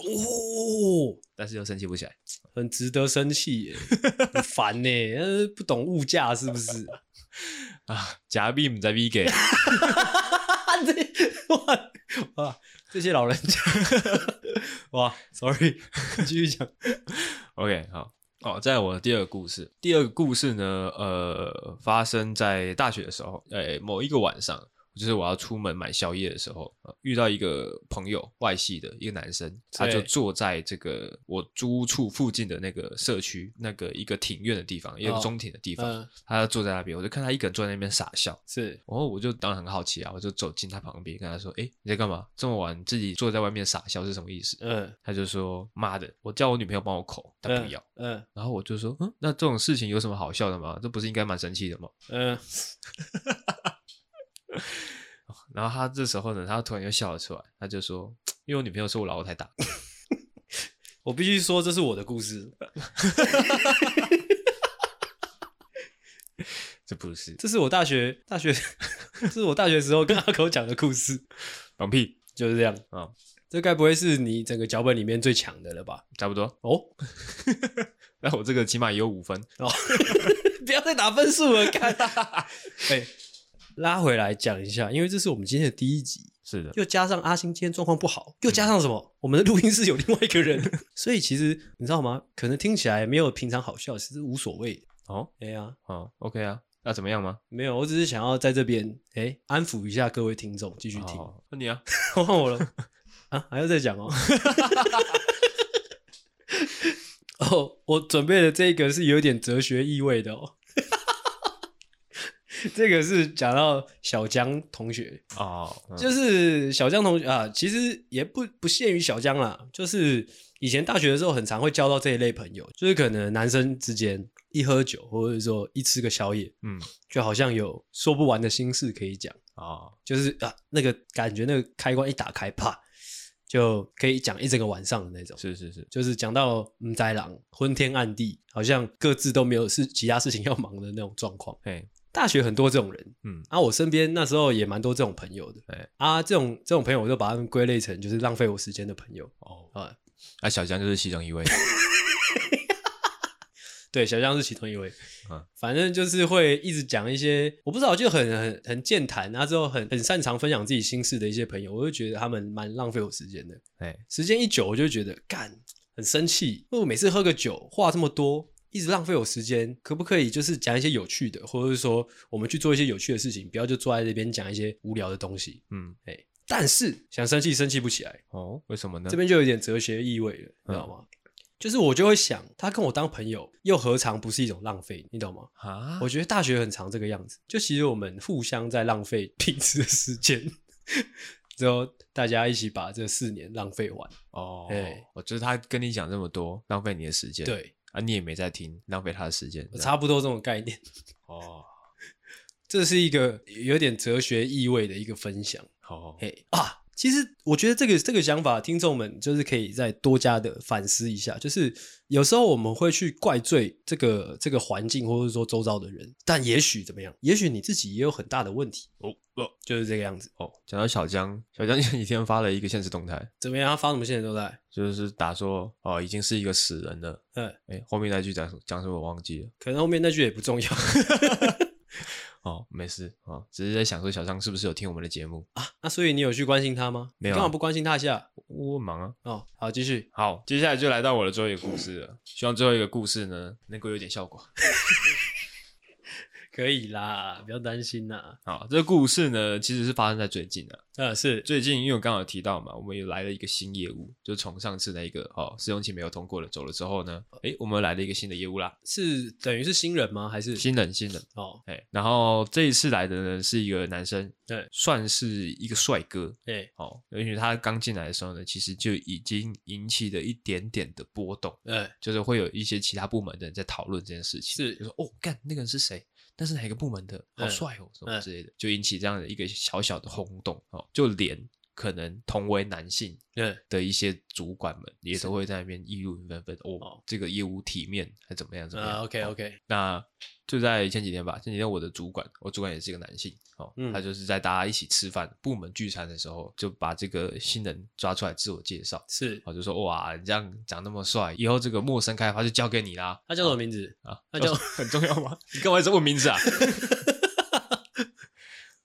Speaker 2: 但是又生气不起来。
Speaker 1: 很值得生气耶，很烦呢，呃不懂物价是不是？
Speaker 2: 啊，假币唔在币给，
Speaker 1: 这哇哇， 这些老人 家哇，sorry，继续讲，
Speaker 2: OK，好。哦，在我的第二个故事，第二个故事呢，呃，发生在大学的时候，呃，某一个晚上，就是我要出门买宵夜的时候，呃遇到一个朋友，外系的一个男生，他就
Speaker 1: 对
Speaker 2: 坐在这个我租屋处附近的那个社区那个一个庭院的地方，一个
Speaker 1: 哦
Speaker 2: 中庭的地方，
Speaker 1: 嗯，
Speaker 2: 他就坐在那边，我就看他一个人坐在那边傻笑，
Speaker 1: 是
Speaker 2: 然后我就当然很好奇啊，我就走近他旁边，跟他说：“哎，你在干嘛？这么晚自己坐在外面傻笑是什么意思？”
Speaker 1: 嗯
Speaker 2: 他就说：“妈的，我叫我女朋友帮我口，他不要。
Speaker 1: 嗯
Speaker 2: 然后我就说，嗯，那这种事情有什么好笑的吗？这不是应该蛮生气的吗？
Speaker 1: 嗯，
Speaker 2: 然后他这时候呢，他突然又笑了出来，他就说，因为我女朋友说我老婆太大，
Speaker 1: 我必须说这是我的故事，
Speaker 2: 这不是
Speaker 1: 这是我大学大学， 这是我大学时候跟阿狗讲的故事，
Speaker 2: 放屁，
Speaker 1: 就是这样
Speaker 2: 嗯。
Speaker 1: 这该不会是你整个脚本里面最强的了吧？
Speaker 2: 差不多。
Speaker 1: 哦，
Speaker 2: 那我这个起码也有五分，
Speaker 1: 不要再打分数了，看。 哎，拉回来讲一下，因为这是我们今天的第一集，
Speaker 2: 是的，
Speaker 1: 又加上阿星今天状况不好，又加上什么？我们的录音室有另外一个人， 所以其实你知道吗？可能听起来没有平常好笑，其实无所谓的。
Speaker 2: 哦，
Speaker 1: 哎呀，
Speaker 2: 哦，OK 啊，那怎么样吗？
Speaker 1: 没有，我只是想要在这边哎安抚一下各位听众，继续听。
Speaker 2: 哦，那你啊，
Speaker 1: 换我 了啊，还要再讲哦。 哦，我准备的这个是有点哲学意味的哦。 这个是讲到小江同学，
Speaker 2: 哦，嗯
Speaker 1: 就是小江同学啊，其实也不不限于小江啦，就是以前大学的时候，很常会交到这一类朋友，就是可能男生之间一喝酒，或者说一吃个宵夜，
Speaker 2: 嗯，
Speaker 1: 就好像有说不完的心事可以讲。
Speaker 2: 哦，
Speaker 1: 就是啊，那个感觉，那个开关一打开，啪，就可以讲一整个晚上的那种。
Speaker 2: 是是是，
Speaker 1: 就是讲到嗯，宅狼昏天暗地，好像各自都没有事，其他事情要忙的那种状况。
Speaker 2: 嘿，
Speaker 1: 大学很多这种人
Speaker 2: 嗯，
Speaker 1: 啊，我身边那时候也蛮多这种朋友的。
Speaker 2: 哎
Speaker 1: 啊，这种这种朋友，我就把他们归类成就是浪费我时间的朋友
Speaker 2: 哦，
Speaker 1: 啊。
Speaker 2: 啊，小江就是其中一 位，
Speaker 1: 对，小江是其中一位。
Speaker 2: 嗯
Speaker 1: 反正就是会一直讲一些，我不知道，就很很很健谈，然后之后很很擅长分享自己心事的一些朋友，我就觉得他们蛮浪费我时间的。
Speaker 2: 哎，
Speaker 1: 时间一久，我就觉得干很生气。因为我每次喝个酒，话这么多，一直浪费我时间，可不可以就是讲一些有趣的，或者是说我们去做一些有趣的事情，不要就坐在那边讲一些无聊的东西。
Speaker 2: 嗯，
Speaker 1: 但是想生气，生气不起来，
Speaker 2: 哦，为什么呢
Speaker 1: 这？边就有点哲学意味了，你知道吗？就是我就会想，他跟我当朋友，又何尝不是一种浪费？你懂吗？
Speaker 2: 啊，
Speaker 1: 我觉得大学很常这个样子，就其实我们互相在浪费彼此的时间， 之后大家一起把这四年浪费完。
Speaker 2: 哦
Speaker 1: 哎，
Speaker 2: 我就是他跟你讲这么多，浪费你的时间，
Speaker 1: 对，
Speaker 2: 啊，你也没在听，浪费他的时间，
Speaker 1: 差不多这种概念。
Speaker 2: 哦，
Speaker 1: 这是一个有点哲学意味的一个分享。
Speaker 2: 好，
Speaker 1: 嘿啊，其实我觉得这个这个想法，听众们就是可以再多加的反思一下。就是有时候我们会去怪罪这个这个环境，或者说周遭的人，但也许怎么样？也许你自己也有很大的问题，
Speaker 2: 哦哦
Speaker 1: 就是这个样子。
Speaker 2: 哦，讲到小江，小江前几天发了一个现实动态，
Speaker 1: 怎么样？他发什么现在都在。
Speaker 2: 就是打说哦，已经是一个死人了。
Speaker 1: 嗯，
Speaker 2: 哎，后面那句讲什讲什么我忘记了。
Speaker 1: 可能后面那句也不重要
Speaker 2: 哦，没事哦，只是在想说小江是不是有听我们的节目？
Speaker 1: 啊。那所以你有去关心他吗？
Speaker 2: 没有啊
Speaker 1: 你干嘛不关心他一下？
Speaker 2: 我忙啊。
Speaker 1: 哦，好，继续。
Speaker 2: 好，接下来就来到我的最后一个故事了。希望最后一个故事呢能够有点效果。
Speaker 1: 可以啦，不要担心啦。
Speaker 2: 好，这个故事呢，其实是发生在最近啊。
Speaker 1: 啊，是
Speaker 2: 最近因为我刚好有提到嘛，我们也来了一个新业务，就从上次那一个哦试用期没有通过了走了之后呢，诶，我们来了一个新的业务啦，
Speaker 1: 是等于是新人吗？还是
Speaker 2: 新人新人。
Speaker 1: 哦？
Speaker 2: 哎，然后这一次来的呢是一个男生，
Speaker 1: 对，
Speaker 2: 算是一个帅哥
Speaker 1: 哎、
Speaker 2: 哦。而且他刚进来的时候呢，其实就已经引起了一点点的波动，
Speaker 1: 哎、
Speaker 2: 就是会有一些其他部门的人在讨论这件事情，
Speaker 1: 是
Speaker 2: 就说哦，干那个人是谁？那是哪个部门的？好
Speaker 1: 嗯
Speaker 2: 帅哦，什么
Speaker 1: 嗯
Speaker 2: 之类的，就引起这样的一个小小的轰动哦。就连可能同为男性
Speaker 1: 对、
Speaker 2: 的一些主管们也
Speaker 1: 是
Speaker 2: 都会在那边议论纷纷哦
Speaker 1: 哦，
Speaker 2: 这个业务体面还怎么样怎么样
Speaker 1: 啊，OK
Speaker 2: 哦
Speaker 1: OK，
Speaker 2: 那就在前几天吧，前几天我的主管，我主管也是一个男性哦，
Speaker 1: 嗯
Speaker 2: 他就是在大家一起吃饭、部门聚餐的时候，就把这个新人抓出来自我介绍，哦
Speaker 1: 是。
Speaker 2: 我就说哇，你这样长那么帅，以后这个陌生开发就交给你啦
Speaker 1: 他叫什么名字？
Speaker 2: 啊，
Speaker 1: 他叫
Speaker 2: 很重要吗？你干嘛一直问名字啊？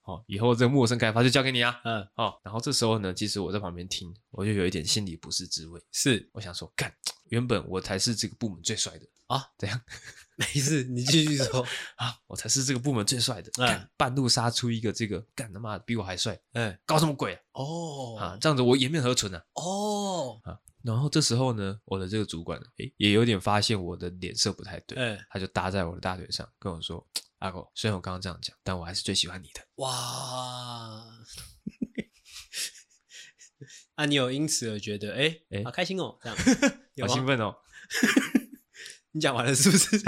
Speaker 2: 哦，以后这个陌生开发就交给你啊。
Speaker 1: 嗯，
Speaker 2: 哦，然后这时候呢，其实我在旁边听，我就有一点心里不是滋味。
Speaker 1: 是
Speaker 2: 我想说，干，原本我才是这个部门最帅的，
Speaker 1: 啊，
Speaker 2: 怎样？
Speaker 1: 没事，你继续 说。
Speaker 2: 啊，我才是这个部门最帅的。
Speaker 1: 嗯
Speaker 2: 干，半路杀出一个这个，干他妈的比我还帅，
Speaker 1: 哎、
Speaker 2: 搞什么鬼啊？
Speaker 1: 哦，
Speaker 2: 啊，这样子我颜面何存啊？
Speaker 1: 哦，
Speaker 2: 然后这时候呢，我的这个主管诶也有点发现我的脸色不太对，
Speaker 1: 哎、
Speaker 2: 他就搭在我的大腿上跟我说：“阿狗，虽然我刚刚这样讲，但我还是最喜欢你的。
Speaker 1: 哇！ 啊，你有因此而觉得，哎、
Speaker 2: 哎
Speaker 1: 好开心哦，这样有
Speaker 2: 好
Speaker 1: 吗
Speaker 2: 兴奋 哦！
Speaker 1: 你讲完了是不是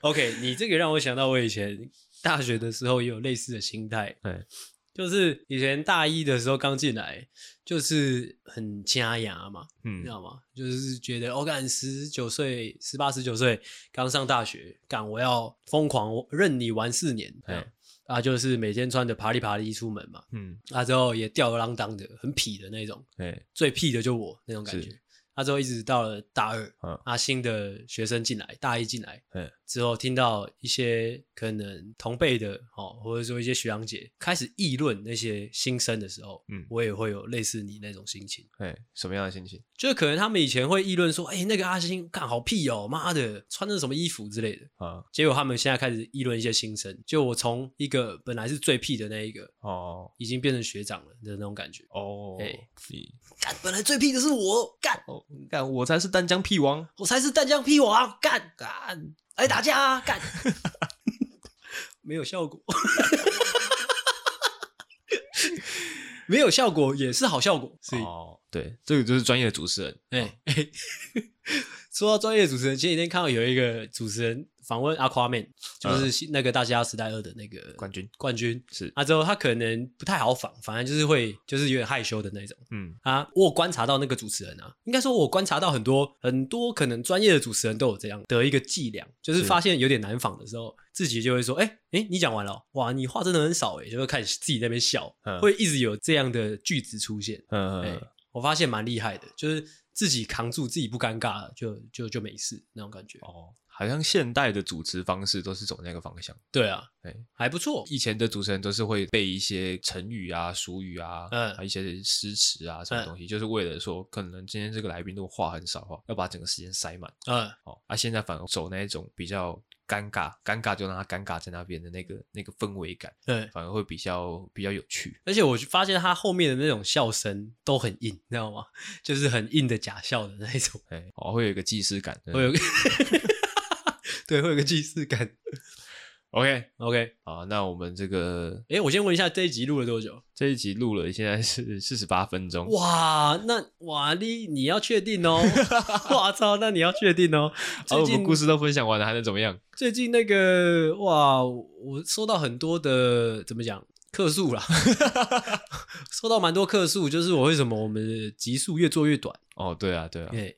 Speaker 1: ？OK，你这个让我想到我以前大学的时候也有类似的心态，
Speaker 2: 哎，
Speaker 1: 就是以前大一的时候刚进来，就是很掐牙嘛，你
Speaker 2: 嗯
Speaker 1: 知，道吗？就是觉得我哦干十九岁、十八、十九岁刚上大学，干我要疯狂任你玩四年，这样
Speaker 2: 哎
Speaker 1: 啊，就是每天穿的爬里爬里出门嘛，
Speaker 2: 嗯，
Speaker 1: 啊之后也吊儿郎当的，很痞的那种，
Speaker 2: 哎，
Speaker 1: 最屁的就我那种感觉
Speaker 2: 是。
Speaker 1: 他之后一直到了大二，
Speaker 2: 嗯
Speaker 1: 啊，新的学生进来，大一进来，
Speaker 2: 嗯
Speaker 1: 之后听到一些可能同辈的哦，或者说一些学长姐开始议论那些新生的时候，
Speaker 2: 嗯
Speaker 1: 我也会有类似你那种心情，
Speaker 2: 哎，什么样的心情？
Speaker 1: 就是可能他们以前会议论说，哎、那个阿星干好屁哦，妈的，穿的什么衣服之类的。
Speaker 2: 啊，
Speaker 1: 结果他们现在开始议论一些新生，就我从一个本来是最屁的那一个，
Speaker 2: 哦，
Speaker 1: 已经变成学长了的那种感觉。
Speaker 2: 哦，
Speaker 1: 哎
Speaker 2: 你
Speaker 1: 干，本来最屁的是我，干，
Speaker 2: 哦，干，我才是丹江屁王。
Speaker 1: 我才是蛋浆屁王，干干，来打架 啊，干，没有效果， 没有效果也是好效果，所以，
Speaker 2: 哦，对，这个就是专业的主持人。哦
Speaker 1: 哎、哎，说到专业主持人，前几天看到有一个主持人访问阿夸面，就是新那个大家时代二的那个
Speaker 2: 冠军
Speaker 1: 嗯冠军。
Speaker 2: 是，
Speaker 1: 啊，之后他可能不太好仿，反正就是会，就是有点害羞的那种。
Speaker 2: 嗯，
Speaker 1: 啊，我有观察到那个主持人啊，应该说我有观察到很多很多可能专业的主持人都有这样的一个伎俩，就是
Speaker 2: 是
Speaker 1: 发现有点难仿的时候，自己就会说，哎、哎、你讲完了哦，哇，你话真的很少哎，就会开始自己在那边笑，
Speaker 2: 嗯
Speaker 1: 会一直有这样的句子出现。
Speaker 2: 嗯
Speaker 1: 哎、
Speaker 2: 嗯
Speaker 1: 我发现蛮厉害的，就是自己扛住自己不尴尬了，就就就没事那种感觉。
Speaker 2: 哦，好像现代的主持方式都是走那个方向。
Speaker 1: 对啊，
Speaker 2: 哎，
Speaker 1: 还不错。
Speaker 2: 以前的主持人都是会背一些成语啊、俗语啊，
Speaker 1: 嗯
Speaker 2: 还有一些诗词啊，什么
Speaker 1: 嗯
Speaker 2: 东西，就是为了说，可能今天这个来宾如果话很少的话，要把整个时间塞满。
Speaker 1: 嗯，
Speaker 2: 哦，啊，现在反而走那一种比较尴尬，尴尬就让他尴尬在那边的那个那个氛围感，
Speaker 1: 对。
Speaker 2: 反而会比较比较有趣。
Speaker 1: 而且我发现他后面的那种笑声都很硬，你知道吗？ 就是很硬的假笑的那一种。
Speaker 2: 哎，哦，会有一个既视感。
Speaker 1: 会有个， 对，会有个既视感。
Speaker 2: OK，
Speaker 1: OK，
Speaker 2: 好，那我们这个
Speaker 1: 哎、我先问一下，这一集录了多久？
Speaker 2: 这一集录了，现在是四十八分钟。
Speaker 1: 哇，那哇你你要确定 哦，哇操，那你要确定哦。
Speaker 2: 好、
Speaker 1: 最
Speaker 2: 啊我
Speaker 1: 近、
Speaker 2: 们故事都分享完了，还能怎么样？
Speaker 1: 最近那个哇，我收到很多的怎么讲客诉 啦，收到蛮多客诉，就是我为什么我们的集数越做越短？
Speaker 2: 哦，对啊，对啊
Speaker 1: 哎、，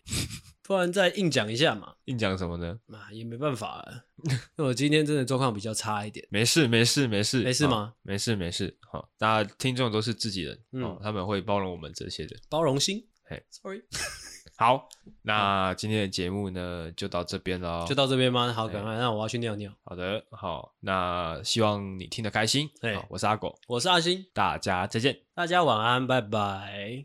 Speaker 1: 不然再硬讲一下嘛，
Speaker 2: 硬讲什么呢？
Speaker 1: 啊也没办法 了，因为我今天真的状况比较差一点。
Speaker 2: 没事，没事，没事，
Speaker 1: 没事
Speaker 2: 好
Speaker 1: 吗？
Speaker 2: 没事，没事。好，大家听众都是自己人，
Speaker 1: 嗯
Speaker 2: 哦，他们会包容我们这些人。
Speaker 1: 包容心
Speaker 2: 嘿
Speaker 1: ，sorry，
Speaker 2: 好，那今天的节目呢，就到这边了。
Speaker 1: 就到这边吗？好，赶快，那我要去尿尿。
Speaker 2: 好的，好，那希望你听得开心。
Speaker 1: 哎
Speaker 2: 好，我是阿狗，
Speaker 1: 我是阿星，
Speaker 2: 大家再见。
Speaker 1: 大家晚安，拜拜。